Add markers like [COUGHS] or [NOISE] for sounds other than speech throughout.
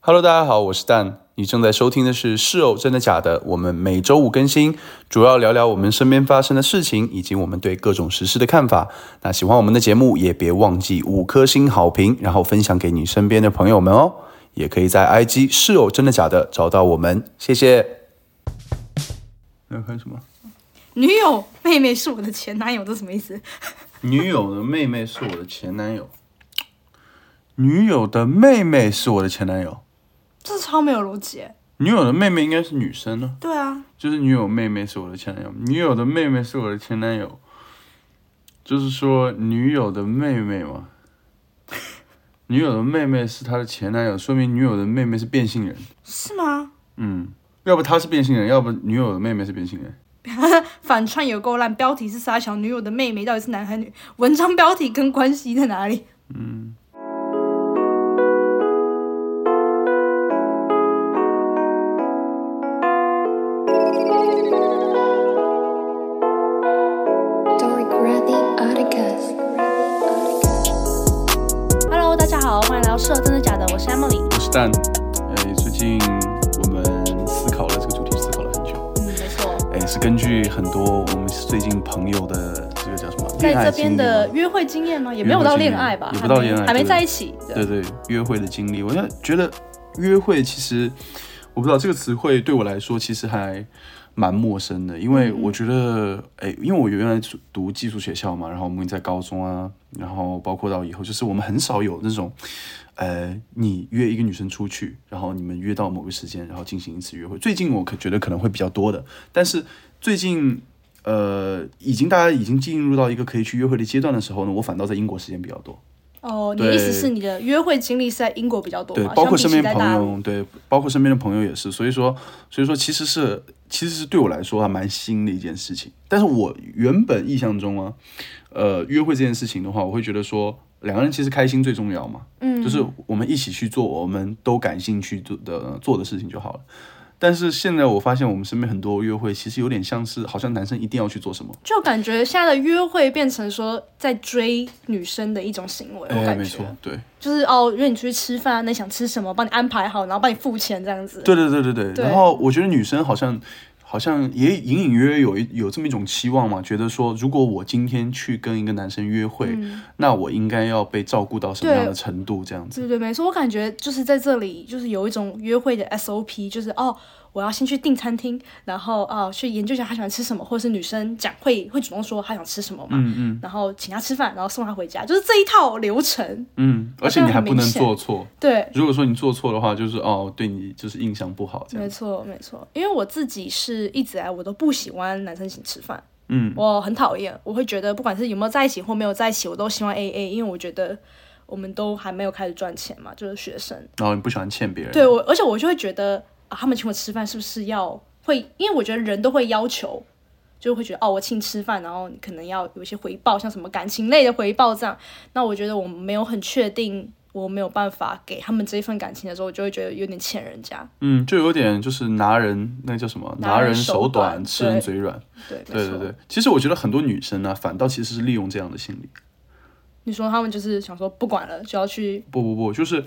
Hello，大家好，我是蛋。你正在收听的是《是哦，真的假的》，我们每周五更新，主要聊聊我们身边发生的事情，以及我们对各种时事的看法。那喜欢我们的节目，也别忘记五颗星好评，然后分享给你身边的朋友们哦。也可以在 IG 是哦，真的假的找到我们，谢谢。要看什么？女友妹妹是我的前男友，这什么意思？女友的妹妹是我的前男友，女友的妹妹是我的前男友，这超没有逻辑耶。女友的妹妹应该是女生呢、对啊，就是女友妹妹是我的前男友，女友的妹妹是我的前男友，就是说女友的妹妹嘛， [LAUGHS] 女友的妹妹是她的前男友，说明女友的妹妹是变性人，是吗？ [LAUGHS] 嗯，要不她是变性人，要不女友的妹妹是变性人，反串有够烂，标题是傻小女友的妹妹到底是男还是女？文章标题跟关系在哪里？嗯， Dork Ready Articus. Hello，大家好，欢迎来到《社真的假的》，我是 Emily。我是蛋，哎，最近我们思考了这个主题，思考了很久，嗯，没错，哎，是根据很多我们最近朋友的这个叫什么，在恋爱这边经历的吗约会经验吗？也没有到恋爱吧，也不到恋还没爱还没对在一起。对，对，约会的经历，我现在觉得约会其实，我不知道这个词汇对我来说其实还蛮陌生的，因为我觉得，哎、因为我原来读读寄宿学校嘛，然后我们在高中啊，然后包括到以后，就是我们很少有那种，呃，你约一个女生出去，然后你们约到某个时间，然后进行一次约会。最近我可觉得可能会比较多的，但是最近。呃，已经大家已经进入到一个可以去约会的阶段的时候呢，我反倒在英国时间比较多。哦，你对的意思是你的约会经历是在英国比较多对吗，？包括身啊相比起边在朋大陆，友，对，包括身边的朋友也是。所以说，所以说其实是其实是对我来说还蛮新的一件事情。但是我原本印象中啊，呃，约会这件事情的话，我会觉得说，两个人其实开心最重要嘛，嗯，就是我们一起去做我们都感兴趣做的呃做的事情就好了。但是现在我发现，我们身边很多约会其实有点像是，好像男生一定要去做什么。就感觉现在的约会变成说在追女生的一种行为，我哎，感没觉。错，对，就是哦，约你出去吃饭，那你想吃什么，帮你安排好，然后帮你付钱这样子。对对对对对。对然后我觉得女生好像好像也隐隐约约有一有这么一种期望嘛，觉得说如果我今天去跟一个男生约会，那我应该要被照顾到什么样的对程度这样子。对对，没错，我感觉就是在这里，就是有一种约会的 SOP，就是哦，我要先去订餐厅，然后啊、去研究一下他喜欢吃什么，或者是女生讲会会主动说她想吃什么嘛，嗯嗯然后请她吃饭，然后送她回家，就是这一套流程。嗯，而且像你还很不明能显做错。对，如果说你做错的话，就是哦，对你就是印象不好这没样子。错没错，因为我自己是一直来我都不喜欢男生请吃饭，嗯，我很讨厌，我会觉得不管是有没有在一起或没有在一起，我都希望 A A，因为我觉得我们都还没有开始赚钱嘛，就是学生。然后你不喜欢欠别人。对我，而且我就会觉得啊，他们请我吃饭是不是要会？因为我觉得人都会要求，就会觉得哦，我请你吃饭，然后你可能要有一些回报，像什么感情类的回报这样。那我觉得我没有很确定，我没有办法给他们这一份感情的时候，我就会觉得有点欠人家。嗯，就有点就是拿人那个叫什么，拿拿人人手手短短，吃人对嘴软。对，没对错对对，其实我觉得很多女生呢、反倒其实是利用这样的心理。你说他们就是想说不管了，就要去不不不，就是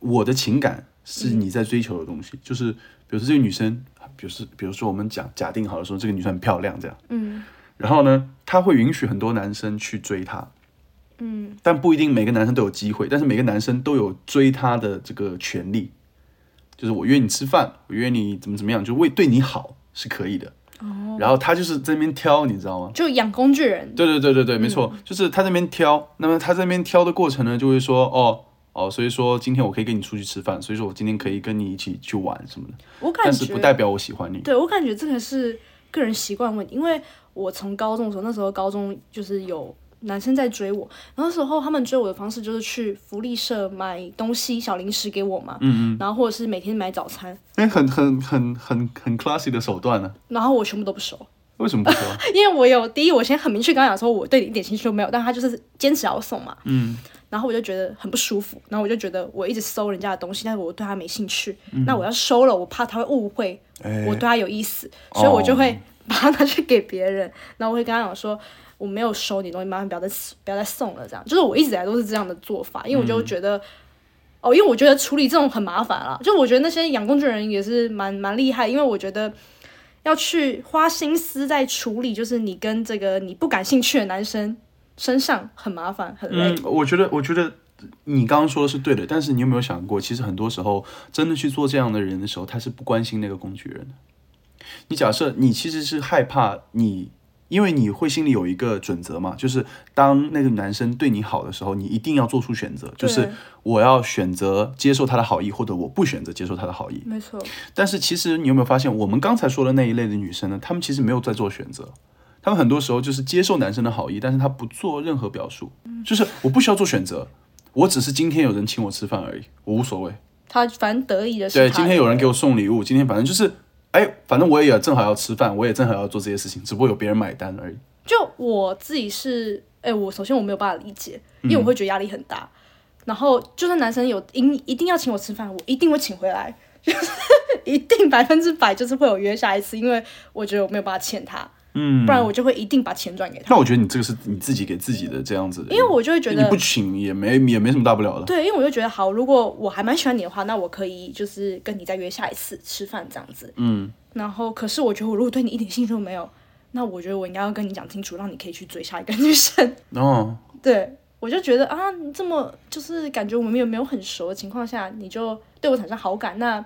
我的情感是嗯你在追求的东西，就是比如说这个女生，比如说比如说我们讲假定好了说这个女生很漂亮这样，嗯然后呢，她会允许很多男生去追她，嗯，但不一定每个男生都有机会，但是每个男生都有追她的这个权利，就是我约你吃饭，我约你怎么怎么样，就为对你好是可以的。哦然后她就是在那边挑，你知道吗？就养工具人。对对对对对，没错，就是他在那边挑，那么他在那边挑的过程呢，就会说哦哦，所以说今天我可以跟你出去吃饭，所以说我今天可以跟你一起去玩什么的，我感觉但是不代表我喜欢你。对我感觉这个是个人习惯问题，因为我从高中的时候，那时候高中就是有男生在追我，然后那时候他们追我的方式就是去福利社买东西、小零食给我嘛，嗯嗯，然后或者是每天买早餐，哎，很很很很很 classy 的手段呢、然后我全部都不熟，为什么不说？ [LAUGHS] 因为我有第一，我先很明确跟他讲说我对你一点兴趣都没有，但他就是坚持要送嘛，嗯，然后我就觉得很不舒服，然后我就觉得我一直搜人家的东西，但是我对他没兴趣，那我要收了，我怕他会误会嗯哎哦我对他有意思，所以我就会把它拿去给别人，然后我会跟他讲说。我没有嗯收你东西，麻烦不要再不要再送了，这样就是我一直以来都是这样的做法，因为我就觉得哦，因为我觉得处理这种很麻烦啦，就我觉得那些养工具人也是蛮蛮厉害，因为我觉得要去花心思在处理，就是你跟这个你不感兴趣的男生身上很麻烦很累。嗯，我觉得，我觉得你刚刚说的是对的，但是你有没有想过，其实很多时候真的去做这样的人的时候，他是不关心那个工具人的。你假设你其实是害怕你，因为你会心里有一个准则嘛，就是当那个男生对你好的时候，你一定要做出选择，就是啊我要选择接受他的好意，或者我不选择接受他的好意。没错，但是其实你有没有发现，我们刚才说的那一类的女生呢，她们其实没有在做选择，她们很多时候就是接受男生的好意，但是她不做任何表述，就是我不需要做选择，我只是今天有人请我吃饭而已，我无所谓。他反正得意的是对，他今天有人给我送礼物，今天反正就是，哎，反正我也正好要吃饭，我也正好要做这些事情，只不过有别人买单而已。就我自己是，哎、我首先我没有办法理解，因嗯为我会觉得压力很大。然后就算男生有一一定要请我吃饭，我一定会请回来，就是 [LAUGHS] 一定百分之百就是会有约下一次，因为我觉得我没有办法欠他，嗯，不然我就会一定把钱转给他，那我觉得你这个是你自己给自己的这样子的，因为我就会觉哎你得不请也没也没什么大不了的。对，因为我就觉得好，如果我还蛮喜欢你的话，那我可以就是跟你再约下一次吃饭这样子。嗯，然后可是我觉得我如果对你一点兴趣都没有，那我觉得我应该要跟你讲清楚，让你可以去追下一个女生。 [LAUGHS] 哦，对，我就觉得啊，你这么就是感觉我们也没有很熟的情况下，你就对我产生好感，那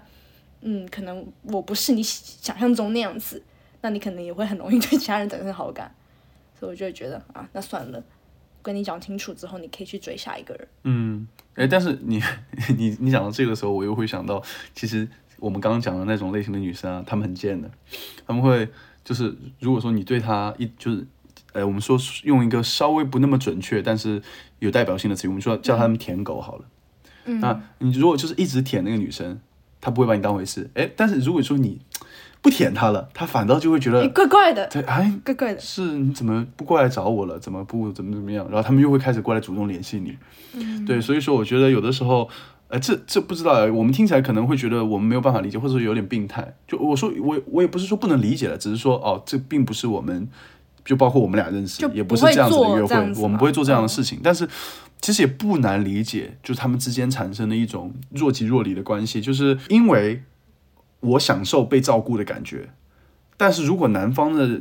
嗯，可能我不是你想象中那样子，那你可能也会很容易 [LAUGHS] 对其他人产生好感，所以我就会觉得啊，那算了，跟你讲清楚之后，你可以去追下一个人。嗯，哎，但是你你你讲到这个时候，我又会想到，其实我们刚刚讲的那种类型的女生啊，她们很贱的，她们会就是如果说你对她一就是，呃，我们说用一个稍微不那么准确，但是有代表性的词语，我们说叫她们舔狗好了。嗯那你如果就是一直舔那个女生，她不会把你当回事。哎，但是如果说你不舔她了，她反倒就会觉你得，怪怪的，对，哎，怪怪的，是你怎么不过来找我了？怎么不怎么怎么样？然后他们又会开始过来主动联系你。对，所以说我觉得有的时候，呃，这这不知道，我们听起来可能会觉得我们没有办法理解，或者说有点病态。就我说我我也不是说不能理解了，只是说哦，这并不是我们。就包括我们俩认识就，也不不是会这样子的做约这会样，子我们嘛嗯不会做这样的事情。但是其实也不难理解，就是他们之间产生的一种若即若离的关系，就是因为我享受被照顾的感觉，但是如果男方的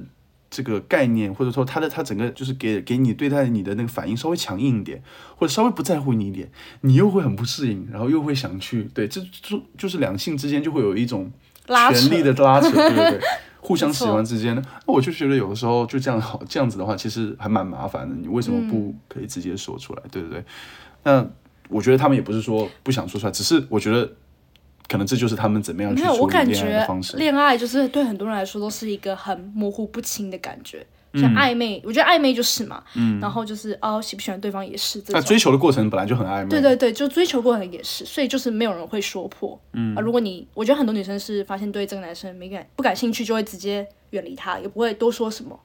这个概念，或者说他的他整个就是给给你对待你的那个反应稍微强硬一点，或者稍微不在乎你一点，你又会很不适应，然后又会想去对，这就就是两性之间就会有一种拉扯权力的 [LAUGHS] 拉扯，对对对，互相没喜错欢之间，那我就觉得有的时候就这样好这样子的话，其实还蛮麻烦的。你为什么不可以直接说出来？对对对，那我觉得他们也不是说不想说出来，只是我觉得可能这就是他们怎么样去没有，处我理感恋爱觉的方式。恋爱就是对很多人来说都是一个很模糊不清的感觉，像嗯暧昧，我觉得暧昧就是嘛，然后就是哦喜不喜欢对方也是这那种，追求的过程本来就很暧昧，对对对，就追求过程也是，所以就是没有人会说破，嗯啊，如果你我觉得很多女生是发现对这个男生没感不感兴趣，就会直接远离他，也不会多说什么。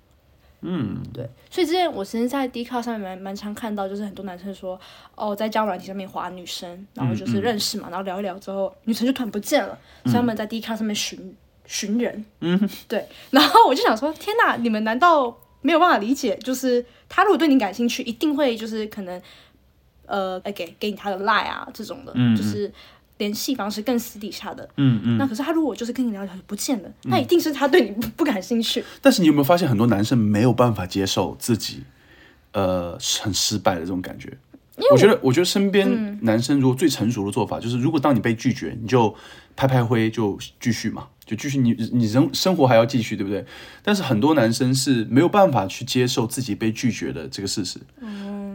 嗯，对，所以之前我之前在 d 卡上面蛮蛮常看到，就是很多男生说，哦，在交友软体上面划女生，然后就是认识嘛，然后聊一聊之后，女生就突然不见了，所以他们在 d 卡上面寻寻人。嗯， [LAUGHS] 对，然后我就想说，天哪，你们难道没有办法理解？就是他如果对你感兴趣，一定会就是可能，呃，哎给给你他的 line 啊这种的，就是联系方式更私底下的。嗯嗯。那可是他如果就是跟你聊一聊就不见了，那一定是他对你不不感兴趣。但是你有没有发现，很多男生没有办法接受自己，呃，很失败的这种感觉？我觉得，我觉得身边男生如果最成熟的做法，就是如果当你被拒绝，你就拍拍灰，就继续嘛，就继续你你人生活还要继续，对不对？但是很多男生是没有办法去接受自己被拒绝的这个事实。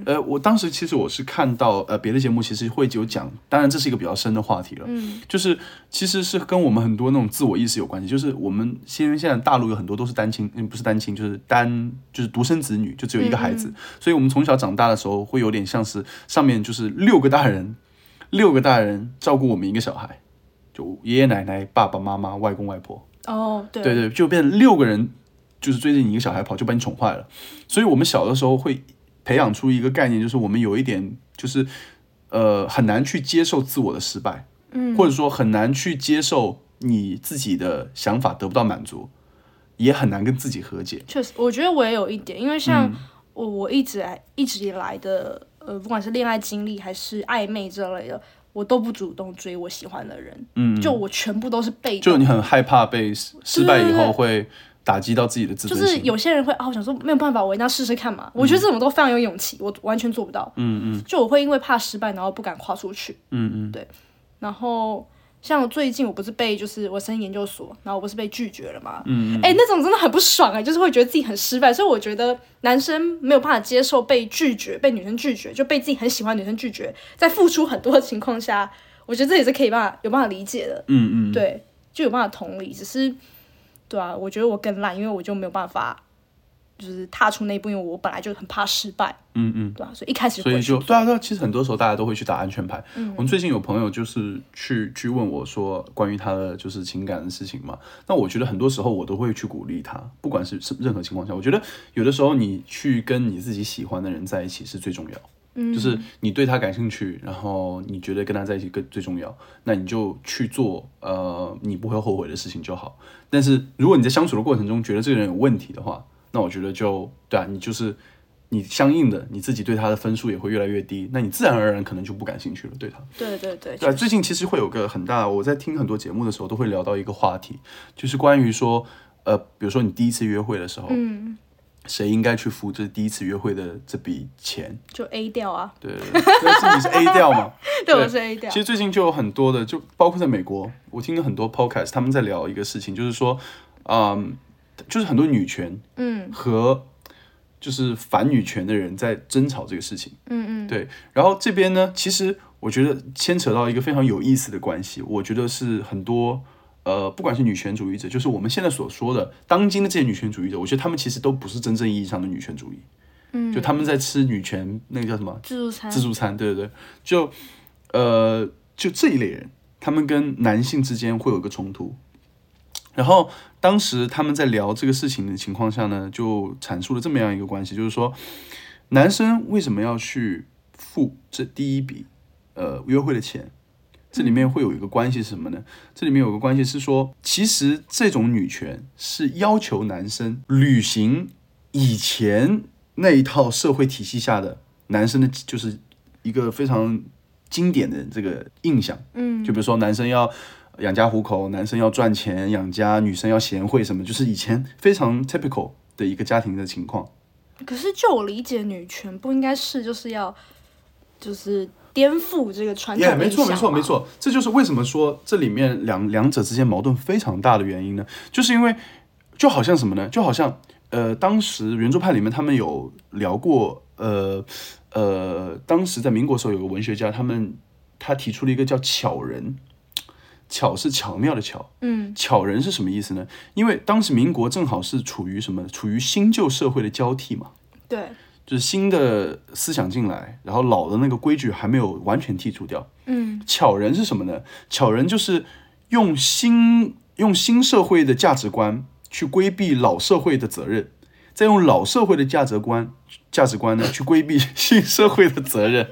呃，我当时其实我是看到呃别的节目其实会有讲，当然这是一个比较深的话题了，嗯，就是其实是跟我们很多那种自我意识有关系，就是我们因为现在大陆有很多都是单亲，嗯，不是单亲就是单就是独生子女，就只有一个孩子，所以我们从小长大的时候会有点像是上面就是六个大人，六个大人照顾我们一个小孩，就爷爷奶奶、爸爸妈妈、外公外婆，哦，对，嗯对对，就变成六个人就是追着你一个小孩跑，就把你宠坏了。所以我们小的时候会培养出一个概念，就是我们有一点就是呃很难去接受自我的失败，嗯，或者说很难去接受你自己的想法得不到满足，也很难跟自己和解。确实，我觉得我也有一点，因为像嗯我、我一直来一直以来的呃，不管是恋爱经历还是暧昧之类的，我都不主动追我喜欢的人，嗯，就我全部都是被就动。你很害怕被失失败以对对对后会打击到自己的自就尊是心，有些人会啊，我想说没有办法，我一定要试试看嘛。我觉得这种都非常有勇气，我完全做不到。嗯嗯就我会因为怕失败，然后不敢跨出去。嗯嗯，然后像最近我不是被就是我升研究所，然后我不是被拒绝了嘛，嗯，哎、那种真的很不爽哎、就是会觉得自己很失败，所以我觉得男生没有办法接受被拒绝，被女生拒绝，就被自己很喜欢的女生拒绝，在付出很多的情况下，我觉得这也是可以办法有办法理解的，嗯嗯，，对，就有办法同理，只是对啊，我觉得我更烂，因为我就没有办法。就是踏出那一步，因为我本来就很怕失败，嗯嗯。对吧、啊所以一开始所以会就对啊，对啊，其实很多时候大家都会去打安全牌。我们最近有朋友就是去去问我说关于他的就是情感的事情嘛，那我觉得很多时候我都会去鼓励他，不管是是任何情况下，我觉得有的时候你去跟你自己喜欢的人在一起是最重要。就是你对他感兴趣，然后你觉得跟他在一起更最重要，那你就去做呃你不会后悔的事情就好。但是如果你在相处的过程中觉得这个人有问题的话，那我觉得就对啊，你就是你相应的你自己对他的分数也会越来越低，那你自然而然可能就不感兴趣了对他。对对对，对啊，最近其实会有个很大，我在听很多节目的时候都会聊到一个话题，就是关于说呃，比如说你第一次约会的时候，嗯，谁应该去付这第一次约会的这笔钱？就 A 掉啊，对，对对但是你是 A 调嘛？对，我是 A 掉其，实最近就有很多的，就包括在美国，我听了很多 podcast，他们在聊一个事情，就是说，嗯，就是很多女权嗯和就是反女权的人在争吵这个事情。嗯嗯，对，然后这边呢，其实我觉得牵扯到一个非常有意思的关系，我觉得是很多呃，不管是女权主义者，就是我们现在所说的当今的这些女权主义者，我觉得他们其实都不是真正意义上的女权主义，嗯就他们在吃女权那个叫什么自助餐，自助餐，对对对，就呃，就这一类人，他们跟男性之间会有一个冲突。然后当时他们在聊这个事情的情况下呢，就阐述了这么样一个关系，就是说，男生为什么要去付这第一笔呃约会的钱？这里面会有一个关系是什么呢？这里面有个关系是说，其实这种女权是要求男生履行以前那一套社会体系下的男生的，就是一个非常经典的这个印象。嗯，就比如说男生要养家糊口，男生要赚钱养家，女生要贤惠什么，就是以前非常 typical 的一个家庭的情况。可是就我理解，女权不应该是就是要就是颠覆这个传统也、的没错，印没象错，嘛没。错，这就是为什么说这里面两两者之间矛盾非常大的原因呢？就是因为就好像什么呢？就好像呃，当时圆桌派里面他们有聊过，呃呃，当时在民国时候有个文学家，他们他提出了一个叫“巧人”，巧是巧妙的巧，嗯巧人是什么意思呢？因为当时民国正好是处于什么？处于新旧社会的交替嘛。对，就是新的思想进来，然后老的那个规矩还没有完全剔除掉，嗯巧人是什么呢？巧人就是用新用新社会的价值观去规避老社会的责任，再用老社会的价值观价值观呢去规避新社会的责任。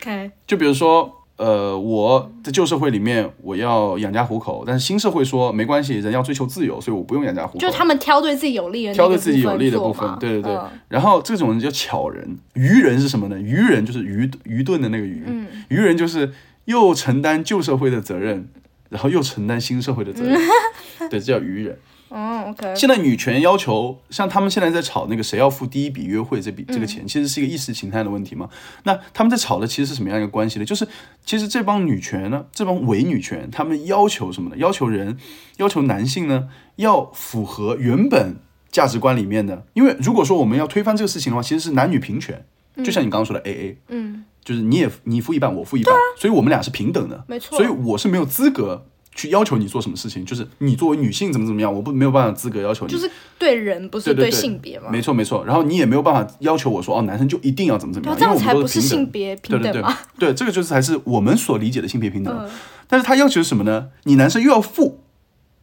，OK，就比如说，呃，我在旧社会里面我要养家糊口，但是新社会说没关系，人要追求自由，所以我不用养家糊口。就是他们挑对自己有利的那挑个对自己有利的做部分嘛，对对对。嗯然后这种人叫巧人，愚人是什么呢？愚人就是愚愚钝的那个愚，嗯愚人就是又承担旧社会的责任，然后又承担新社会的责 [LAUGHS] 任，对，这叫愚人。嗯，OK，现在女权要求，像他们现在在吵那个谁要付第一笔约会这嗯笔这个钱，其实是一个意识形态的问题嘛。那他们在吵的其实是什么样一个关系呢？就是其实这帮女权呢，这帮伪女权，他们要求什么呢？要求人，要求男性呢，要符合原本价值观里面的。因为如果说我们要推翻这个事情的话，其实是男女平权，就像你刚刚说的 AA。嗯，啊就是你也你付一半，我付一半，所以我们俩是平等的，没错所以我是没有资格去要求你做什么事情，就是你作为女性怎么怎么样，我不没有办法资格要求你，就是对人不是对对对性别嘛，没错没错。然后你也没有办法要求我说哦，男生就一定要怎么怎么对啊，样，这样因为才我们不都是平等性别平对等对嘛。 [LAUGHS] 对，对这个就是才是我们所理解的性别平等。嗯但是他要求什么呢？你男生又要付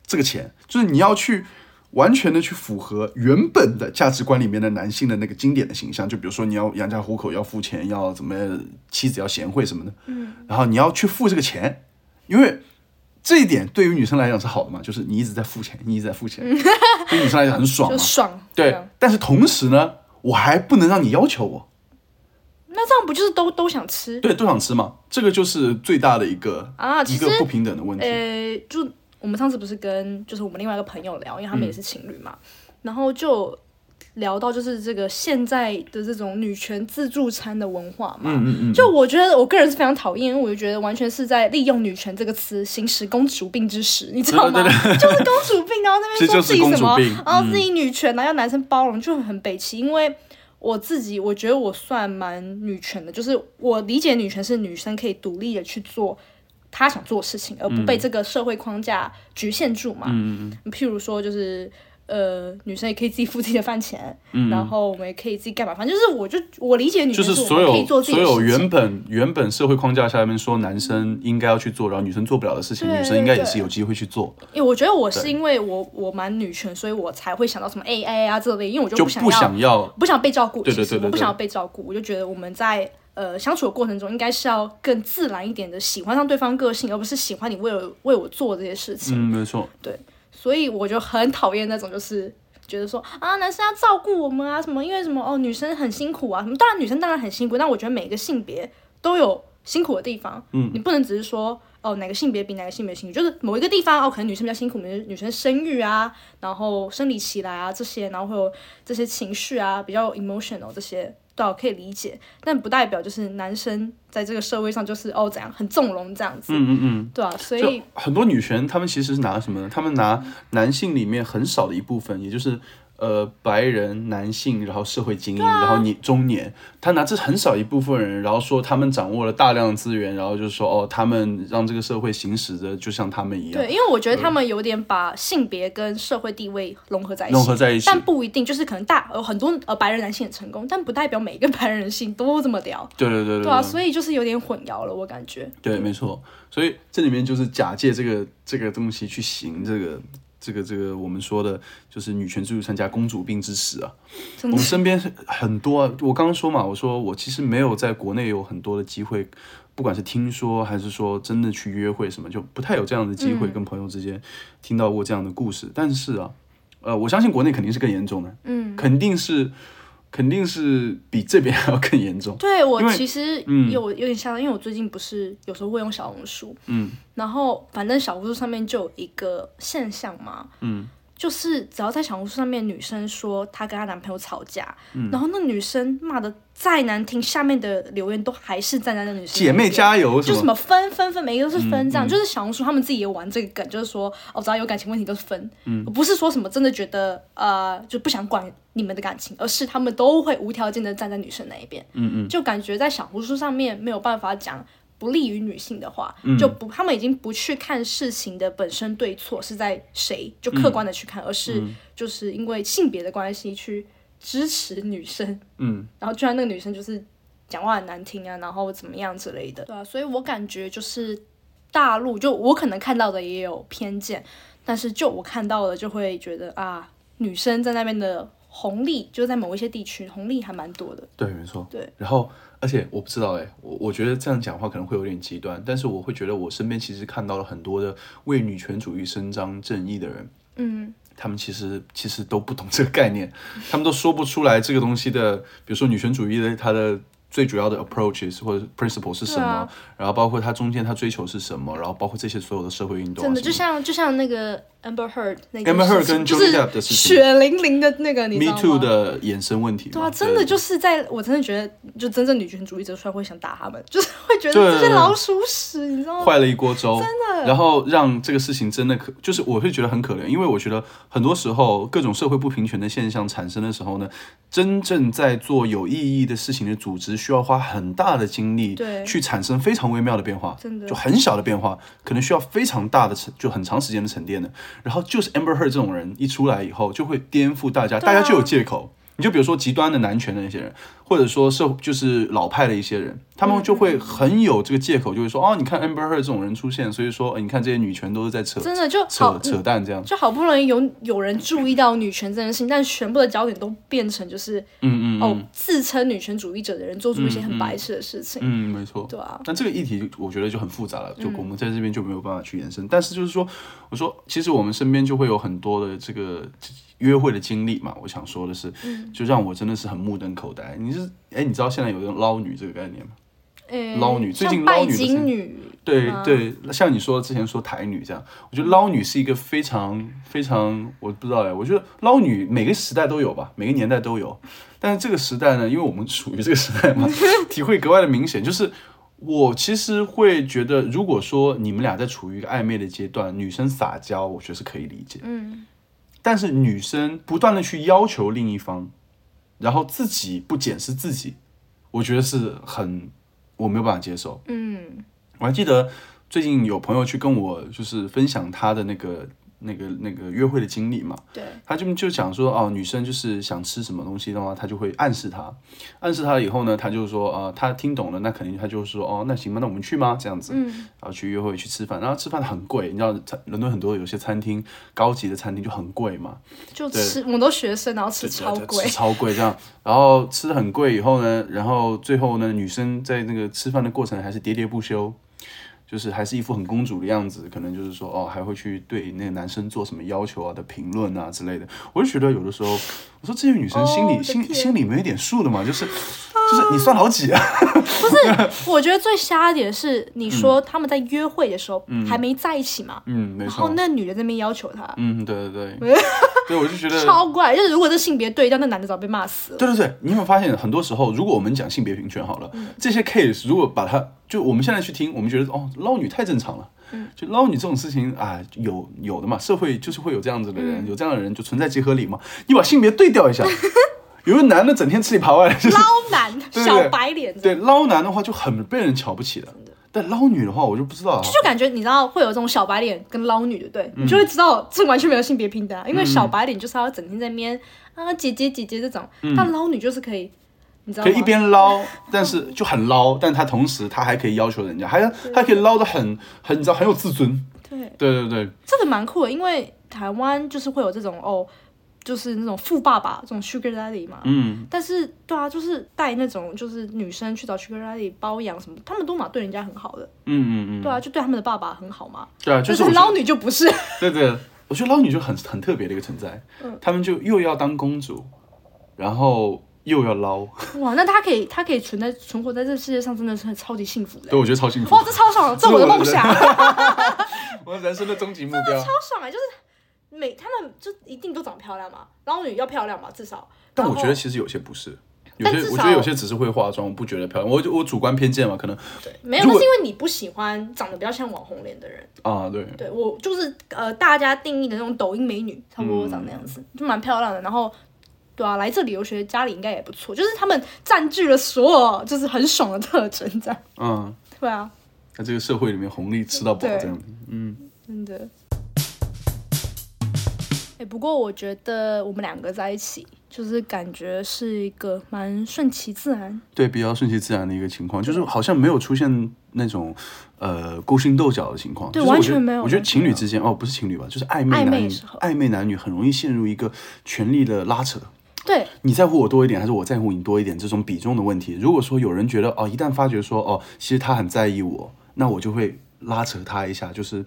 这个钱，就是你要去完全的去符合原本的价值观里面的男性的那个经典的形象，就比如说你要养家糊口，要付钱，要怎么妻子要贤惠什么的，嗯，然后你要去付这个钱，因为。这一点对于女生来讲是好的嘛，就是你一直在付钱，你一直在付钱，嗯对于女生来 [LAUGHS] 讲很爽嘛就。爽，这啊对样，但是同时呢，我还不能让你要求我，那这样不就是都都想吃？对，都想吃嘛，这个就是最大的一个啊其一实个不平等的问题。呃，就我们上次不是跟就是我们另外一个朋友聊，因为他们也是情侣嘛，然后就聊到就是这个现在的这种女权自助餐的文化嘛。嗯嗯嗯，就我觉得，我个人是非常讨厌，因为我就觉得完全是在利用“女权”这个词行使公主病之实，你知道吗？对 [LAUGHS] 就是公主病，然后那边这就说是自己什么公主病，嗯然后自己女权，然后要男生包容，就很北齐。因为我自己，我觉得我算蛮女权的，就是我理解女权是女生可以独立的去做她想做的事情，而不被这个社会框架局限住嘛。嗯嗯譬如说，就是呃，女生也可以自己付自己的饭钱，嗯，然后我们也可以自己干嘛，反正就是我就我理解女就生是我所们可以有做自己所的事情。有原本原本社会框架下面说男生应该要去做，然后女生做不了的事情，对女生应该也对是有机会去做，因为我觉得我是对因为我我蛮女权，所以我才会想到什么 AA 啊这类，因为我就就不想不要想要。不想被照顾，对其对实对对我不对想要被照顾，我就觉得我们在呃相处的过程中，应该是要更自然一点的喜欢上对方个性，而不是喜欢你为了为我做这些事情。嗯，没错，所以我就很讨厌那种就是。觉得说啊，男生要照顾我们啊，什么因为什么哦，女生很辛苦啊，什么当然女生当然很辛苦，但我觉得每个性别都有辛苦的地方，嗯你不能只是说哦哪个性别比哪个性别辛苦，就是某一个地方哦，可能女生比较辛苦，女女生生育啊，然后生理期来啊这些，然后会有这些情绪啊，比较 emotional 这些，对、啊，我可以理解，但不代表就是男生在这个社会上就是哦怎样很纵容这样子，嗯嗯嗯。对啊，所就以很多女权，她们其实是拿什么呢？她们拿男性里面很少的一部分，也就是呃白人男性，然后社会精英，啊然后你中年，她拿这很少一部分人，然后说他们掌握了大量的资源，然后就是说哦，他们让这个社会行驶着就像他们一样嗯对，因为我觉得他们有点把性别跟社会地位融合在一起，融合在一起。但不一定，就是可能大有很多呃白人男性很成功，但不代表每一个白人男性都这么屌，对对对对对啊，所以就是有点混淆了，我感觉。对，没错。所以这里面就是假借这个这个东西去行这个这个这个我们说的就是女权自助餐加公主病之实啊。我真的们身边很多啊，我刚刚说嘛，我说我其实没有在国内有很多的机会，不管是听说还是说真的去约会什么，就不太有这样的机会嗯跟朋友之间听到过这样的故事。但是啊，呃，我相信国内肯定是更严重的，嗯，肯定是肯定是比这边还要更严重。对我因为其实嗯有、有点像，因为我最近不是有时候会用小红书，嗯然后反正小红书上面就有一个现象嘛，嗯，就是只要在小红书上面，女生说她跟她男朋友吵架，嗯然后那女生骂的再难听，下面的留言都还是站在那女生姐那妹边加油什就么什么分分分，每一个都是分这样，嗯就是小红书他们自己也玩这个梗，就是说哦，只要有感情问题都是分，嗯不是说什么真的觉得呃就不想管你们的感情，而是他们都会无条件的站在女生那一边，嗯嗯。就感觉在小红书上面没有办法讲不利于女性的话，嗯就不他们已经不去看事情的本身对错是在谁，就客观的去看，而是嗯就是因为性别的关系去支持女生，嗯，然后居然那个女生就是讲话很难听啊，然后怎么样之类的，对啊，所以我感觉就是大陆就我可能看到的也有偏见，但是就我看到的就会觉得啊，女生在那边的红利就在某一些地区红利还蛮多的，对，没错。对，然后而且我不知道哎，我我觉得这样讲话可能会有点极端，但是我会觉得我身边其实看到了很多的为女权主义伸张正义的人，嗯，他们其实其实都不懂这个概念，他们都说不出来这个东西的，比如说女权主义的它的。最主要的 approaches 或者 principle 是什么，对啊然后包括它中间它追求是什么，然后包括这些所有的社会运动啊什真么的的，就像就像那个 Amber Heard 那件 Amber 事 Heard 情跟就 Johnny Depp 的是事情血淋淋的那个，你知道 Me 吗 Too 的衍生问题嘛。对啊，真的对就是在我真的觉得，就真正女权主义者出来会想打他们，就是会觉得对这些老鼠屎，你知道吗？坏了一锅粥，真的。然后让这个事情真的可，就是我会觉得很可怜，因为我觉得很多时候各种社会不平权的现象产生的时候呢，真正在做有意义的事情的组织，需要花很大的精力，对去产生非常微妙的变化，真的就很小的变化，可能需要非常大的沉，就很长时间的沉淀的。然后就是 Amber Heard 这种人一出来以后，就会颠覆大家，大家就有借口。你就比如说极端的男权的那些人，或者说社就是老派的一些人，他们就会很有这个借口，就会说哦，你看 Amber Heard 这种人出现，所以说、呃你看这些女权都是在扯真的就扯好，扯淡这样。就好不容易有有人注意到女权这件事情，但全部的焦点都变成就是，嗯嗯哦，自称女权主义者的人做出一些很白痴的事情，嗯，没错。对啊，但这个议题我觉得就很复杂了，就我们在这边就没有办法去延伸。但是就是说，我说其实我们身边就会有很多的这个约会的经历嘛，我想说的是，就让我真的是很目瞪口呆。你是哎，你知道现在有一个捞女这个概念吗？呃嗯捞女最近像捞拜女的事金情女，对对，像你说之前说台女这样，我觉得捞女是一个非常非常，我不知道哎，我觉得捞女每个时代都有吧，每个年代都有，但是这个时代呢，因为我们属于这个时代嘛，体会格外的明显。就是我其实会觉得，如果说你们俩在处于一个暧昧的阶段，女生撒娇，我觉得是可以理解，嗯，但是女生不断的去要求另一方，然后自己不检视自己，我觉得是很我没有办法接受。嗯，我还记得最近有朋友去跟我就是分享他的那个那个那个约会的经历嘛，对，他就就讲说哦，女生就是想吃什么东西的话，他就会暗示他，暗示他了以后呢，他就说啊、呃他听懂了，那肯定他就说哦，那行吧，那我们去吗？这样子，嗯，然后去约会去吃饭，然后吃饭很贵，你知道餐伦敦很多有些餐厅高级的餐厅就很贵嘛，就对吃，我们都学生，然后吃对超对对贵吃，超贵这样，然后吃的很贵以后呢，然后最后呢，女生在那个吃饭的过程还是喋喋不休，就是还是一副很公主的样子，可能就是说哦，还会去对那个男生做什么要求啊的评论啊之类的，我就觉得有的时候，我说这些女生心哦里、我的心天心里没有点数的嘛，就是就是你算好几啊，我觉得最瞎的点是，你说他们在约会的时候还没在一起嘛，嗯，没然错后，那女的在那边要求他，嗯，对对 [LAUGHS] 对，所以我就觉得超怪。就是如果这性别对调，那男的早被骂死了。对对对，你有没有发现，很多时候，如果我们讲性别平权好了，这些 case 如果把它就我们现在去听，我们觉得哦，捞女太正常了，就捞女这种事情啊，有有的嘛，社会就是会有这样子的人，有这样的人就存在即合理嘛，你把性别对调一下，有个男的整天吃里扒外的，就是捞男对小白脸，就对捞男的话就很被人瞧不起的，但捞女的话我就不知道啊，感觉你知道会有这种小白脸跟捞女的，对、你嗯就会知道这完全没有性别平等啊，因为小白脸就是要整天在那边啊姐姐姐姐这种，但捞女就是可以，你知道嗯可吗？以一边捞，啊但是就很捞，但他同时他还可以要求人家，还还可以捞的很很你知道很有自尊，对，对对对。这个蛮酷的，因为台湾就是会有这种哦，就是那种富爸爸这种 sugar daddy 嘛，嗯，但是对啊，就是带那种就是女生去找 sugar daddy 包养什么，他们都嘛对人家很好的，嗯嗯嗯，对啊，就对他们的爸爸很好嘛，对啊，就是但我是觉得捞女就不是， [LAUGHS] 对对，我觉得捞女就很很特别的一个存在，嗯她们就又要当公主，然后又要捞， [LAUGHS] 哇，那他可以他可以存在存活在这个世界上，真的是很超级幸福的对，我觉得超幸福 [LAUGHS] 哇，，这超爽的，这我的梦想， [LAUGHS] 超我人生的终极目标。爽哎、就是每他们就一定都长漂亮嘛，捞女要漂亮嘛，至少，但然我后觉得其实有些不是。有但些至我觉得有少些只是会化妆，我不觉得漂亮。我我主观偏见嘛，可能没有，如那果是因为你不喜欢长得比较像网红脸的人。啊，对，对我就是呃，大家定义的那种抖音美女，差不多长那样子，嗯就蛮漂亮的。然后，对啊，来这里留学，家里应该也不错，就是他们占据了所有就是很爽的特征，这样。嗯，对啊，在这个社会里面红利吃到饱对这样。真的。哎、不过我觉得我们两个在一起，就是感觉是一个蛮顺其自然。对，比较顺其自然的一个情况，就是好像没有出现那种呃勾心斗角的情况，对就是我觉得完全没有我觉得完全情没侣有之间哦，不是情侣吧，就是暧昧暧男昧女，时候暧昧男女很容易陷入一个权力的拉扯。对，你在乎我多一点，还是我在乎你多一点这种比重的问题。如果说有人觉得哦，一旦发觉说哦，其实他很在意我，那我就会拉扯他一下，就是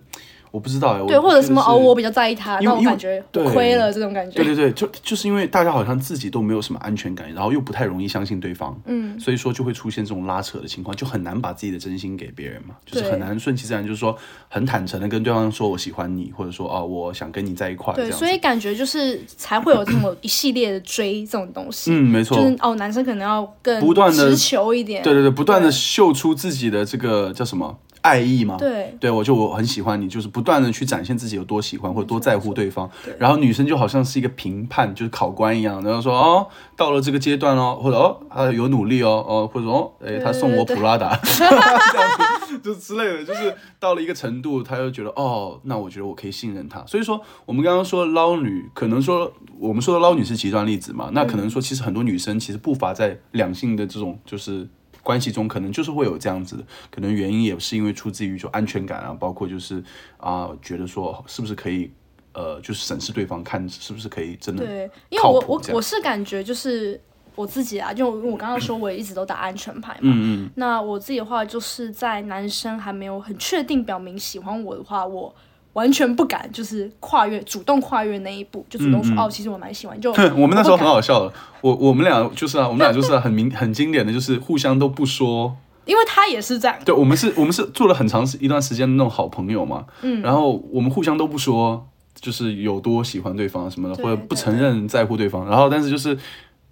我不知道哎，对，我或者什么就哦，是我比较在意他，因为那我因为感觉对我亏了这种感觉。对对对，就就是因为大家好像自己都没有什么安全感，然后又不太容易相信对方，嗯，所以说就会出现这种拉扯的情况，就很难把自己的真心给别人嘛，就是对很难顺其自然，就是说很坦诚的跟对方说我喜欢你，或者说啊、我想跟你在一块，这对，样子所以感觉就是才会有这么一系列的追这种东西。嗯，没错，就是哦，男生可能要更不断地直球一点，对对对，不断的秀出自己的这个叫什么爱意嘛，对对我就我很喜欢你，就是不断的去展现自己有多喜欢或者多在乎对方。然后女生就好像是一个评判，就是考官一样，然后说哦，到了这个阶段哦，或者哦，他有努力哦，哦，或者哦，哎，他送我对对对普拉达，这样子就之类的，就是到了一个程度，他又觉得哦，那我觉得我可以信任他。所以说，我们刚刚说捞女，可能说我们说的捞女是极端例子嘛，那可能说其实很多女生其实不乏在两性的这种就是关系中，可能就是会有这样子的，可能原因也是因为出自于就安全感啊，包括就是啊、觉得说是不是可以呃，就是审视对方，看是不是可以真的对，因为嗯靠我谱我这样我是感觉就是我自己啊，就我刚刚说我一直都打安全牌嘛。嗯那我自己的话，就是在男生还没有很确定表明喜欢我的话，我完全不敢就是跨越主动跨越那一步，就主动说、嗯嗯哦，其实我蛮喜欢， [LAUGHS] 就 [LAUGHS] 我们那时候不很敢好笑的，我我们俩就是啊，我们俩就是啊很明很经典的，就是互相都不说。因为他也是这样，对，我们是，我们是做了很长时一段时间的那种好朋友嘛。嗯。然后我们互相都不说，就是有多喜欢对方什么的，对或者不对承认在乎对方。然后，但是就是，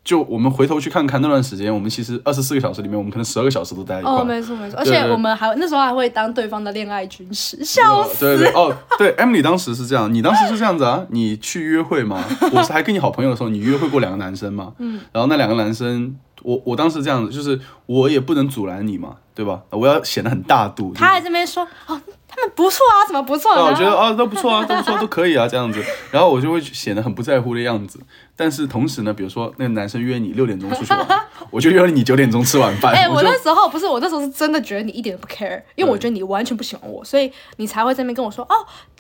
就我们回头去看看那段时间，我们其实二十四个小时里面，我们可能十二个小时都待在一块。哦，没错没错，而对且对我们还那时候还会当对方的恋爱军师，笑死。对对对哦，对，Emily 当时是这样，你当时是这样子啊，你去约 [LAUGHS] 会嘛，我是还跟你好朋友的时候，你约会过两个男生嘛，嗯，然后那两个男生，我我当时这样子，就是我也不能阻拦你嘛，对吧？我要显得很大度，他还这边说哦，他们不错啊，怎么不错？啊，我然觉后得啊都不错啊，都不错，都可以啊，这样子，然后我就会显得很不在乎的样子。但是同时呢，比如说那个男生约你六点钟出去玩， [LAUGHS] 我就约你九点钟吃晚饭，哎、我我就那时候不是，我那时候是真的觉得你一点都不 care，因为我觉得你完全不喜欢我，所以你才会在那边跟我说，哦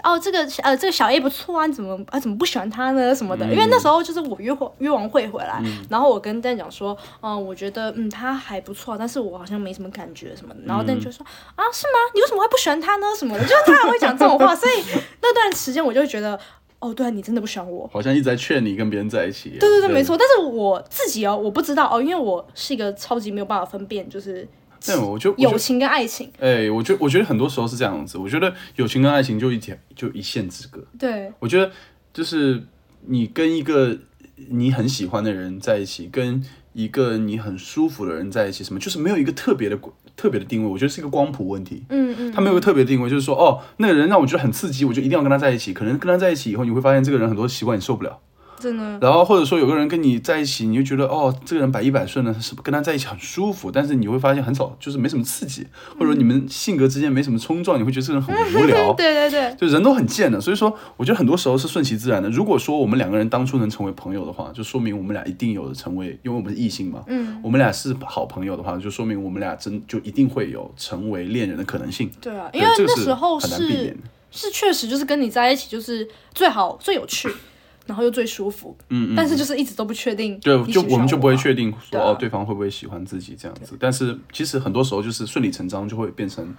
哦，这个呃这个小 A 不错啊，你怎么啊怎么不喜欢他呢什么的？因嗯为那时候就是我约会约完会回来，然后我跟蛋讲说，嗯、我觉得嗯他还不错，但是我好像没什么感觉什么的。然后蛋嗯就说、啊是吗？你为什么会不喜欢他呢什么的？就是他还会讲这种话，所 [LAUGHS] 以那段时间我就觉得，哦，对啊、你真的不喜欢我。好像一直在劝你跟别人在一起一样。对对对，没错。但是我自己哦，我不知道哦，因为我是一个超级没有办法分辨，就是但我就我就友情跟爱情。哎、我觉我觉得很多时候是这样子。我觉得友情跟爱情就一条就一线之隔。对，我觉得就是你跟一个你很喜欢的人在一起，跟一个你很舒服的人在一起，什么就是没有一个特别的特别的定位。我觉得是一个光谱问题。嗯嗯，他没有一个特别的定位，就是说哦，那个人让我觉得很刺激，我就一定要跟他在一起。可能跟他在一起以后，你会发现这个人很多习惯你受不了。真的。。然后或者说有个人跟你在一起，你就觉得哦，这个人百依百顺的，是跟他在一起很舒服，但是你会发现很少，就是没什么刺激，或者说你们性格之间没什么冲撞，你会觉得这个人很无聊 [LAUGHS] 对对对， [LAUGHS] 就人都很贱的，所以说我觉得很多时候是顺其自然的。如果说我们两个人当初能成为朋友的话，就说明我们俩一定有成为，因为我们是异性嘛，嗯，我们俩是好朋友的话，就说明我们俩真就一定会有成为恋人的可能性。对啊，对因为这个那是时候很难避免是的是确实就是跟你在一起就是最好最有 [COUGHS] 趣，然后又最舒服。嗯嗯。但是就是一直都不确定。对，就我们就不会确定。定说对啊哦，对方会不会喜欢自己这样子。但是其实很多时候就是顺理成章就会变成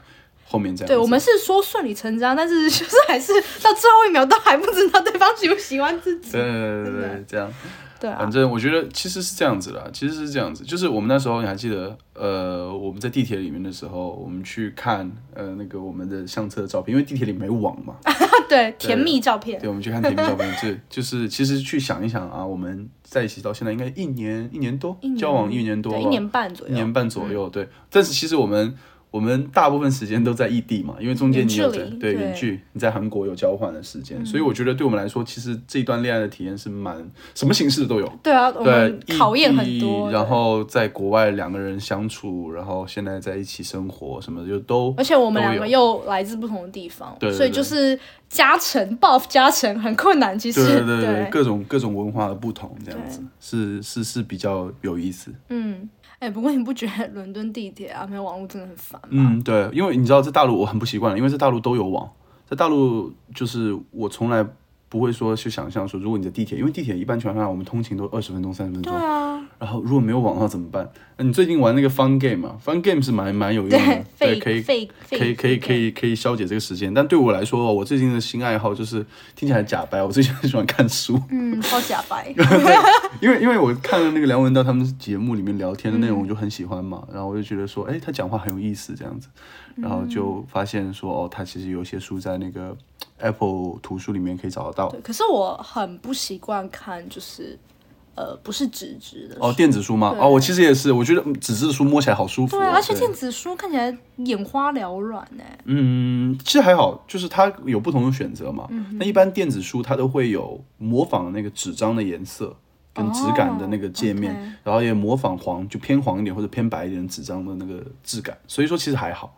后面这样子。对我们是说顺理成章，但是就是还是到最后一秒都还不知道对方喜不喜欢自己。对对对对真的对，这样。对啊反，正我觉得其实是这样子的，其实是这样子，就是我们那时候你还记得，呃，我们在地铁里面的时候，我们去看呃那个我们的相册的照片，因为地铁里没网嘛，啊对甜蜜照片对，，我们去看甜蜜照片，这就是其实去想一想啊，我们在一起到现在应该一年一年多，年交往一年多吧，对哦嗯一年半左右一年半左右，对。但是其实我们我们大部分时间都在异地嘛，因为中间你有在远距离对对嗯远距，你在韩国有交换的时间，所以我觉得对我们来说，其实这段恋爱的体验是蛮什么形式都有。对啊，我对们，考验很异多地的，然后在国外两个人相处，然后现在在一起生活什么的，就都而且我们都两有个又来自不同的地方，对对所以对就是加成 buff 加成很困难，其实对对 [LAUGHS] 对，各种各种文化的不同，这样对子是是是比较有意思。嗯，哎、不过你不觉得伦敦地铁啊没有网络真的很烦吗？嗯，对，因为你知道在大陆我很不习惯了，因为在大陆都有网，在大陆就是我从来不会说去想象说，如果你在地铁，因为地铁一般情况下我们通勤都二十分钟、三十分钟对，啊，然后如果没有网的话怎么办？那你最近玩那个 Fun Game 嘛，Fun Game 是蛮蛮有用的，对，废可以废可以可以可，以可以消解这个时间。但对我来说，哦我最近的新爱好就是听起来假白，我最近很喜欢看书， [LAUGHS] 嗯，超假白，因为因为我看了那个梁文道他们节目里面聊天的嗯内容，我就很喜欢嘛，然后我就觉得说，哎，他讲话很有意思这样子，嗯然后就发现说，哦，他其实有一些书在那个 Apple 图书里面可以找得到对，。可是我很不习惯看，就是呃，不是纸质的哦，书电子书吗？对哦，我其实也是，我觉得嗯纸质书摸起来好舒服哦、对啊，而且对电子书看起来眼花缭乱欸呢、嗯，其实还好，就是它有不同的选择嗯嘛。那一般电子书它都会有模仿那个纸张的颜色跟质感的那个界面，哦，OK 然后也模仿黄，就偏黄一点或者偏白一点的纸张的那个质感。所以说其实还好，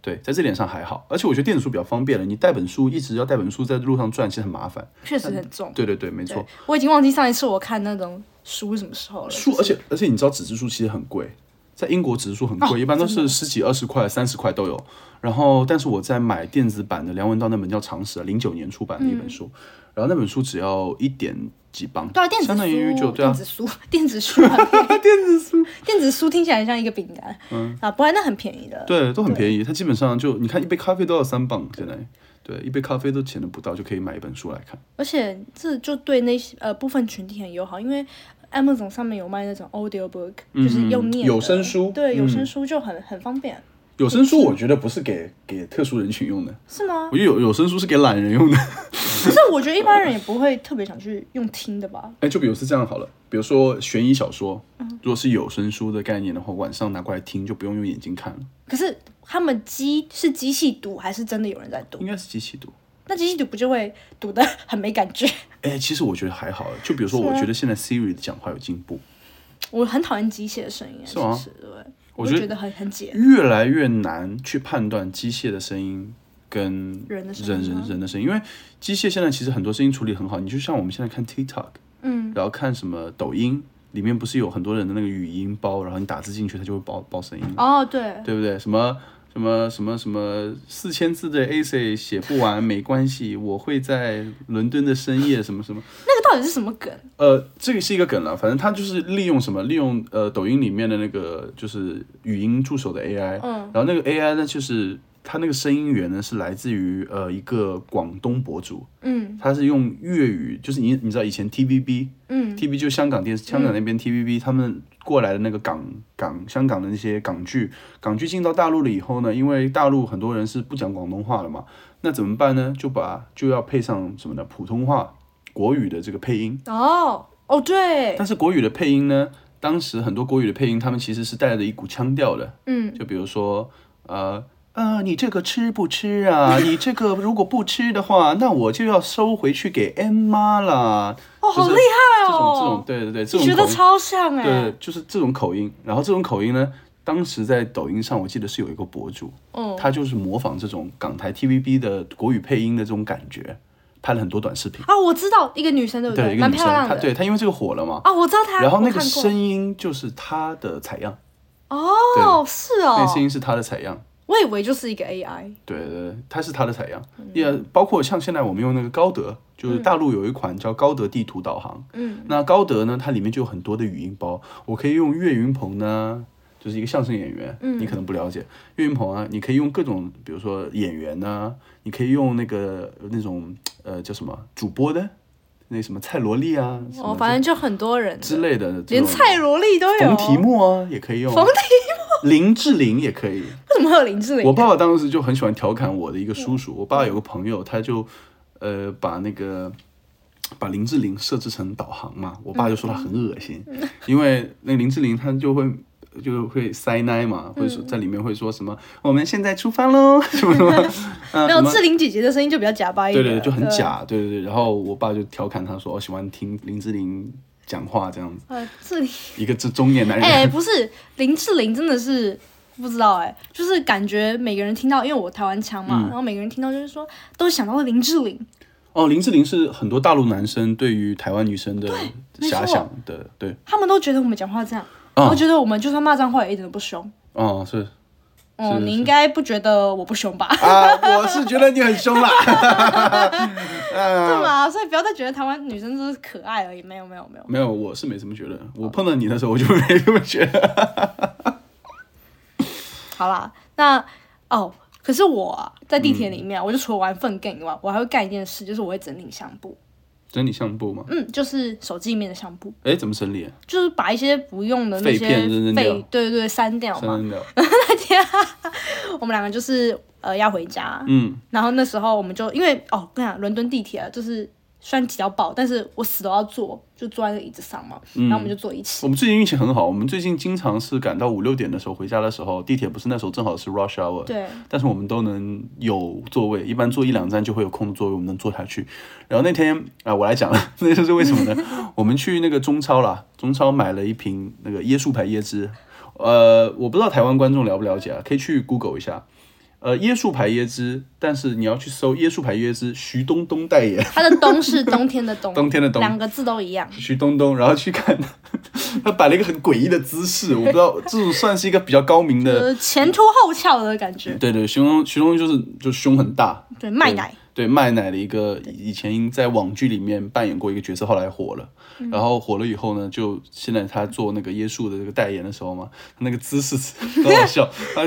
对，在这点上还好。而且我觉得电子书比较方便了，你带本书一直要带本书在路上转，其实很麻烦。确实很重。对对对，没错。我已经忘记上一次我看那种书是什么时候了。书，而且而且你知道纸质书其实很贵，在英国纸质书很哦贵，一般都是十几、二十块、三十块都有。然后，但是我在买电子版的梁文道那本叫《常识》，零九年出版的一本书，然后那本书只要一点几磅，嗯对啊，电子书，相当于就对啊电，子书， [LAUGHS] 电子书很 [LAUGHS] 便宜，电子书，电子书听起来像一个饼干，嗯啊，不然那很便宜的。对，都很便宜。它基本上就你看一杯咖啡都要三磅，现在。对，一杯咖啡都钱都不到就可以买一本书来看。而且这就对那些呃部分群体很友好，因为 Amazon 上面有卖那种 audio book，、就是用念的嗯有声书对，有声嗯书就很、很方便，有声书我觉得不是给给特殊人群用的，是吗我？觉得有有声书是给懒人用的。可是我觉得一般人也不会特别想去用听的吧？哎，就比如是这样好了，比如说悬疑小说，嗯如果是有声书的概念的话，晚上拿过来听就不用用眼睛看了，可是他们机是机器读还是真的有人在读应？该是机器读。那机器读不就会读的很没感觉？ [LAUGHS] 哎，其实我觉得还好，就比如说，是吗啊我觉得现在 Siri 的讲话有进步，我很讨厌机械的声音，啊是吗其实对，我就觉得觉得很很解。越来越难去判断机械的声音跟人的声音人是吗人人的声音，因为机械现在其实很多声音处理很好，你就像我们现在看 TikTok，嗯，然后看什么抖音，里面不是有很多人的那个语音包，然后你打字进去，它就会包包声音，哦，对，对不对？什么什么什么什么四千字的 essay 写不完没关系，我会在伦敦的深夜什么什么，那个到底是什么梗？呃，这个是一个梗了，反正它就是利用什么，利用呃抖音里面的那个就是语音助手的 AI，嗯然后那个 AI 呢，就是它那个声音源呢是来自于呃一个广东博主，嗯他是用粤语，就是你你知道以前 TVB，嗯 TV 就香港电视，香港那边 TVB、他们过来的那个港港香港的那些港剧，港剧进到大陆了以后呢，因为大陆很多人是不讲广东话的嘛，那怎么办呢？就把就要配上什么呢？普通话国语的这个配音，哦哦对，但是国语的配音呢，当时很多国语的配音，他们其实是带着一股腔调的，嗯就比如说呃。啊，你这个吃不吃 [LAUGHS] 啊？你这个如果不吃的话，那我就要收回去给 M 妈啦。哦就好是厉害这种这种哦，对对对，这你种学的口音超像哎对，，就是这种口音。然后这种口音呢，当时在抖音上，我记得是有一个博主，嗯他就是模仿这种港台 TVB 的国语配音的这种感觉，拍了很多短视频。啊我知道一个女生对不对，对？一个蛮女生漂，亮她的，对她因为这个火了嘛，啊我知道她，然后那个我看过声音就是她的采样，哦是那个声哦，音是她的采样。我以为就是一个 AI，对对，它是它的采样，嗯也包括像现在我们用那个高德，就是大陆有一款叫高德地图导航，嗯，那高德呢，它里面就有很多的语音包，我可以用岳云鹏呢，就是一个相声演员，嗯你可能不了解岳云鹏啊，你可以用各种，比如说演员呢，你可以用那个那种呃叫什么主播的，那什么蔡罗丽啊，什哦么反正就很多人之类的这连种，蔡萝莉都有，冯提莫啊也可以用，冯提林志玲也可以。为什么会有林志我玲？爸爸当时就很喜欢调侃我的一个叔叔，我爸爸有个朋友，他就呃把那个把林志玲设置成导航嘛，我爸就说他很恶心，嗯因为那个林志玲她就会。就会塞奶嘛，嗯会说在里面会说什么？我们现在出发喽， [LAUGHS] 什么 [LAUGHS] 什么，嗯没什有么志玲姐姐的声音嗯就比较假掰一对点，对，对就很。假，对对对。然后我爸就调侃他说，我哦喜欢听林志玲讲话这样子，呃，志玲，一个中中年男人。哎、不是林志玲，真的是不知道哎、就是感觉每个人听到，因为我台湾腔嗯嘛，然后每个人听到就是说都想到了林志玲，哦，林志玲是很多大陆男生对于台湾女生的没遐错想的，对，他们都觉得我们讲话这样，嗯然后觉得我们就算骂脏话也一点都不凶。哦，是哦、是你是应该不觉得我不凶吧？啊，我是觉得你很凶啦。哎对吗？所以不要再觉得台湾女生就是可爱而已，没有没有没有。没有，我是没这么觉得。我碰到你的时候，我就没这么觉得。好啦，那哦，可是我啊、在地铁里面嗯啊、我就除了玩粪便以外，我还会干一件事，就是我会整理相簿，整理相簿吗？嗯，就是手机里面的相簿，哎，怎么整理？就是把一些不用的那些废片扔扔掉废对对对，删掉嘛。删掉。我们两个就是呃要回家，嗯，然后那时候我们就因为哦，跟你讲，伦敦地铁啊就是虽然挤到爆，但是我死都要坐，就坐在那个椅子上嘛，嗯然后我们就坐一起。我们最近运气很好，我们最近经常是赶到五六点的时候回家的时候，地铁不是那时候正好是 rush hour，对，但是我们都能有座位，一般坐一两站就会有空的座位，我们能坐下去。然后那天啊、我来讲了， [LAUGHS] 那就是为什么 [LAUGHS] 呢？我们去那个中超啦，中超买了一瓶那个椰树牌椰汁，呃，我不知道台湾观众了不了解啊，可以去 Google 一下。呃，椰树牌椰汁，但是你要去搜椰树牌椰汁，徐冬冬代 [LAUGHS] 言，它的冬是冬天的 [LAUGHS] 冬，冬天的冬两个字都一样。徐冬冬，然后去看 [LAUGHS] 他摆了一个很诡异的姿势，我不知道这种算是一个比较高明的，呃，前凸后翘的感觉，对对，徐冬徐冬冬就是就胸很大，对，卖奶，对卖奶的一个以前在网剧里面扮演过一个角色，后来火了，然后火了以后呢，就 [LAUGHS] 现在他做那个椰树的这个代言的时候嘛，他那个姿势很好笑，他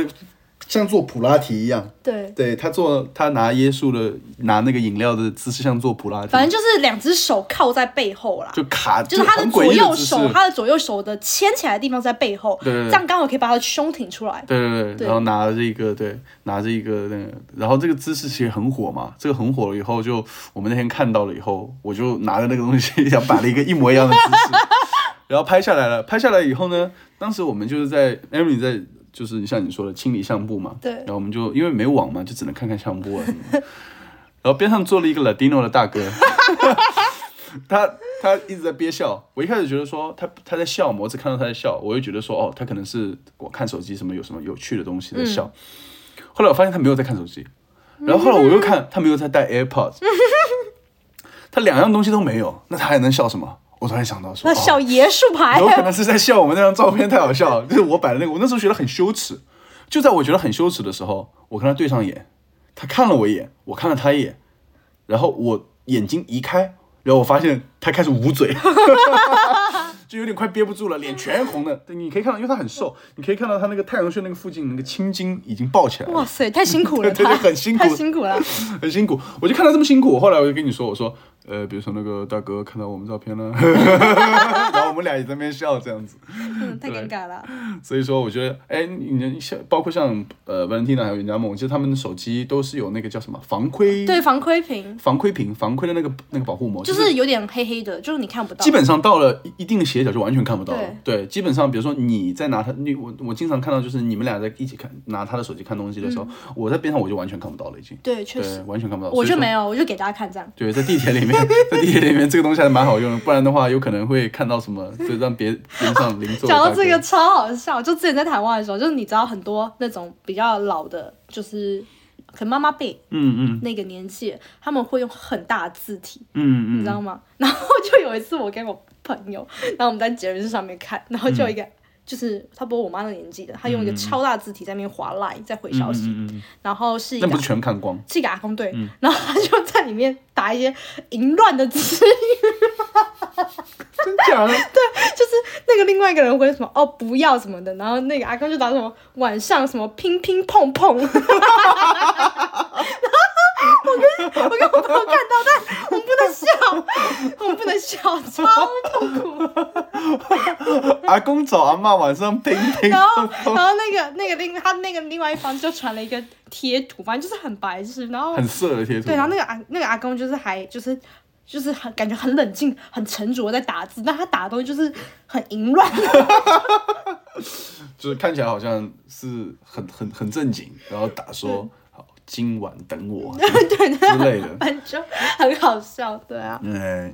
像做普拉提一样，对，对他做他拿椰树的拿那个饮料的姿势，像做普拉提，反正就是两只手靠在背后啦，就卡，就是他很诡左异右姿势手，他的左右手的牵起来的地方是在背后，对对对这样刚好可以把他的胸挺出来。对对对，对然后拿着一个对，拿着一个那个，然后这个姿势其实很火嘛，这个很火了以后就，我们那天看到了以后，我就拿着那个东西 [LAUGHS] 想摆了一个一模一样的姿势，然后拍下来了。拍下来以后呢，当时我们就是在 Emily 在就是像你说的清理相簿嘛，对然后我们就因为没网嘛，就只能看看相簿啊什么的 [LAUGHS] 然后边上坐了一个 Latino 的大哥。 [LAUGHS] 他他一直在憋笑。我一开始觉得说他他在笑嘛，我只看到他在笑，我就觉得说哦，他可能是我看手机什么有什么有趣的东西在笑。嗯后来我发现他没有在看手机，然后后来我又看他没有在戴 [LAUGHS] AirPods，他两样东西都没有，那他还能笑什么？我突然想到说，那小哦椰树牌有可能是在笑我们那张照片太好笑了，就是我摆的那个，我那时候觉得很羞耻。就在我觉得很羞耻的时候，我跟他对上眼，他看了我一眼，我看了他一眼，然后我眼睛移开，然后我发现他开始捂嘴， [LAUGHS] 就有点快憋不住了，脸全红的。对你可以看到，因为他很瘦，你可以看到他那个太阳穴那个附近那个青筋已经爆起来了。哇塞，太辛苦了， [LAUGHS] 对对对他很辛苦太辛苦了。很辛苦，我就看他这么辛苦，后来我就跟你说，我说，呃，比如说那个大哥看到我们照片了， [LAUGHS] 然后我们俩也在那边笑这样子，嗯，太尴尬了。所以说我觉得，哎，你像包括像呃 Valentina 还有袁家梦，我记得他们的手机都是有那个叫什么防窥，对，，防窥屏防窥屏，防窥的那个那个保护膜，就就是是有点黑黑的，就是你看不到。基本上到了一一定的斜角就完全看不到了。对，基本上比如说你在拿他，你我我经常看到就是你们俩在一起看拿他的手机看东西的时候，我在边上我就完全看不到了已经，对，嗯确对，实，完全看不到，我就所以说没有，我就给大家看这样。对，在地铁里面，在地铁里面这个东西还蛮好用的，不然的话有可能会看到什么，对，让别边上邻座的 [LAUGHS] 讲大到哥。这个超好笑，就之前在台湾的时候，就是你知道很多那种比较老的，就是可能妈妈辈嗯，嗯那个年纪，他们会用很大的字体，嗯你嗯知道吗？ [LAUGHS] 然后就有一次我跟我朋友，然后我们在节日上面看，然后就有嗯一个、就是差不多我妈那个年纪的，她用一个超大字体在那边划 line 在回消息，嗯嗯嗯，然后是一那个不是全嗯看光，是一个阿公队，然后他就在里面打一些淫乱的字，真假的？ [LAUGHS] 就是那个另外一个人回什么哦不要什么的，然后那个阿公就打什么晚上什么乒乒碰碰， [LAUGHS] 然后我跟我跟我朋友看到，但我们不能笑，我们不能笑，超痛苦。 [LAUGHS] 阿公找阿妈晚上拼拼，然后，然后那个那个另他那个另外一方就传了一个贴图，反正就是很白痴，然后很色的贴图。对，然后那个阿那个阿公就是还就是就是很感觉很冷静、很沉着在打字，但他打的东西就是很淫乱，就是看起来好像是很很很正经，然后打说好今晚等 [LAUGHS] 我啊之类的。反正就很好笑，对啊。嗯，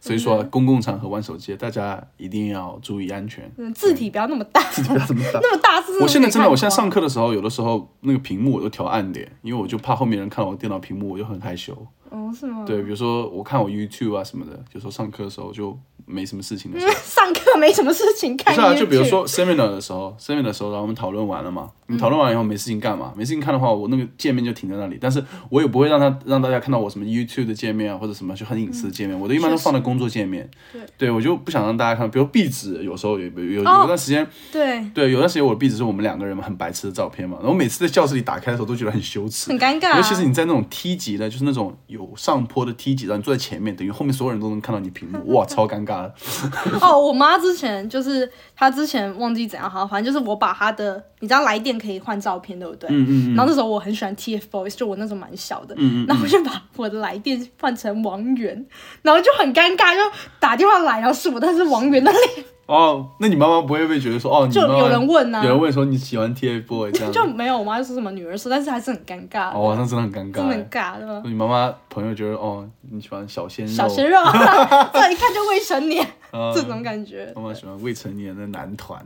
所以嗯说啊公共场合玩手机，大家一定要注意安全。嗯，字体不要那么大，不要这么大。 [LAUGHS] 那么大字我现在真的，没看过我现在上课的时候，有的时候那个屏幕我都调暗点，因为我就怕后面人看我电脑屏幕，我就很害羞。哦是吗？ [LAUGHS] 对，比如说我看我 YouTube 啊什么的，有时候上课的时候就没什么事情的时候，上课没什么事情不看。是啊，就比如，说 seminar 的时候，seminar 的时候，然后我们讨论完了嘛，你讨论完以后没事情干嘛？没事情看的话，我那个界面就停在那里，但是我也不会让他让大家看到我什么 YouTube 的界面啊，或者什么就很隐私的界面，我都一般都放在工作界面。对，我就不想让大家看，比如壁纸，有时候有有有有哦段时间。对，对，有段时间我的壁纸是我们两个人嘛很白痴的照片嘛，然后每次在教室里打开的时候都觉得很羞耻，很尴尬啊尤其是你在那种梯级的，就是那种有上坡的梯级，然后你坐在前面，等于后面所有人都能看到你屏幕，哇，超尴尬的。哦，我妈之前就是她之前忘记怎样，好，反正就是我把她的，你知道来电可以换照片，对不对？嗯嗯然嗯，后那时候我很喜欢 TFBOYS，就我那时候蛮小的，嗯嗯然后我就把我的来电换成王源，然后就很尴尬，就打电话来，然后是我，但是王源的脸哦，那你妈妈不会被觉得说哦，你就妈妈有人问啊有人问说你喜欢 TFBOY 这样子就，没有，我妈就说什么女儿说，但是还是很尴尬，哦，那真的很真尴尬的哎很。尬，对吧？你妈妈朋友觉得哦，你喜欢小鲜肉，小鲜 [LAUGHS] 肉，这一看就未成年，嗯这种感觉妈。妈喜欢未成年的男 [LAUGHS] 团，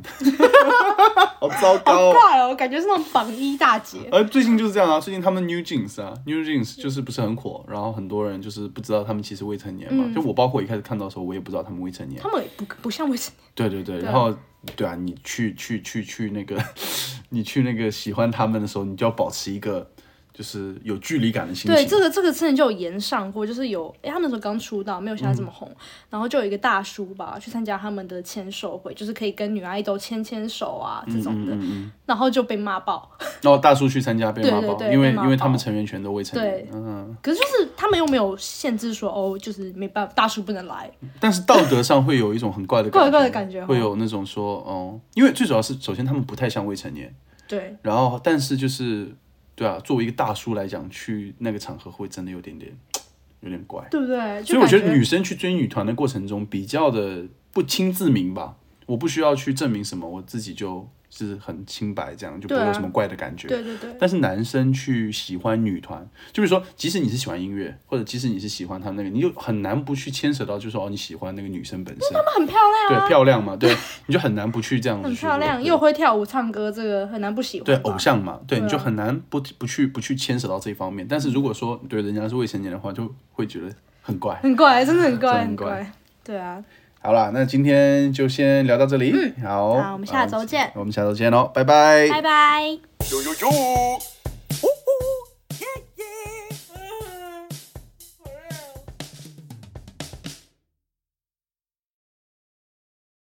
好糟糕、好哦。怪哦，我感觉是那种榜一大姐。而最近就是这样啊，最近他们 New Jeans 啊，New Jeans 就是不是很火，然后很多人就是不知道他们其实未成年嘛，嗯就我包括一开始看到的时候，我也不知道他们未成年他。们也不不像未成对对对，然后对啊，你去去去去那个，你去那个喜欢他们的时候，你就要保持一个就是有距离感的心情。对，这个这个之前就有延上过，就是有，哎，他们那时候刚出道，没有现在这么红，嗯然后就有一个大叔吧，去参加他们的签售会，就是可以跟女 idol 牵牵手啊这种嗯的，然后就被骂爆。然后大叔去参加被骂爆，对对对因为被骂因为他们爆成员全都未成年对。嗯，可是就是他们又没有限制说，哦，就是没办法，大叔不能来，但是道德上会有一种很怪的感觉，怪怪的感觉会哦有那种说，哦，因为最主要是首先他们不太像未成年，对，然后但是就是对啊，作为一个大叔来讲，去那个场合会真的有点点有点怪。对不对？所以就我感觉得女生去追女团的过程中，比较的不清自明吧，我不需要去证明什么，我自己就是很清白，这样就不会对啊有什么怪的感觉。对对对，但是男生去喜欢女团，就比如说，即使你是喜欢音乐，或者即使你是喜欢他们那个，你就很难不去牵扯到，就是说哦，你喜欢那个女生本身，她们很漂亮啊，对，漂亮嘛，对，你就很难不去这样子很去说。漂亮，对又会跳舞唱歌，这个很难不喜欢对吧。偶像嘛，对，对啊你就很难不不去不去牵扯到这一方面。但是如果说对人家是未成年的话，就会觉得很怪。很怪，真的很真的怪，很很怪怪。对啊，好啦，那今天就先聊到这里。好，嗯好我们下周见我们下周见喽，拜拜。拜拜。呦呦呦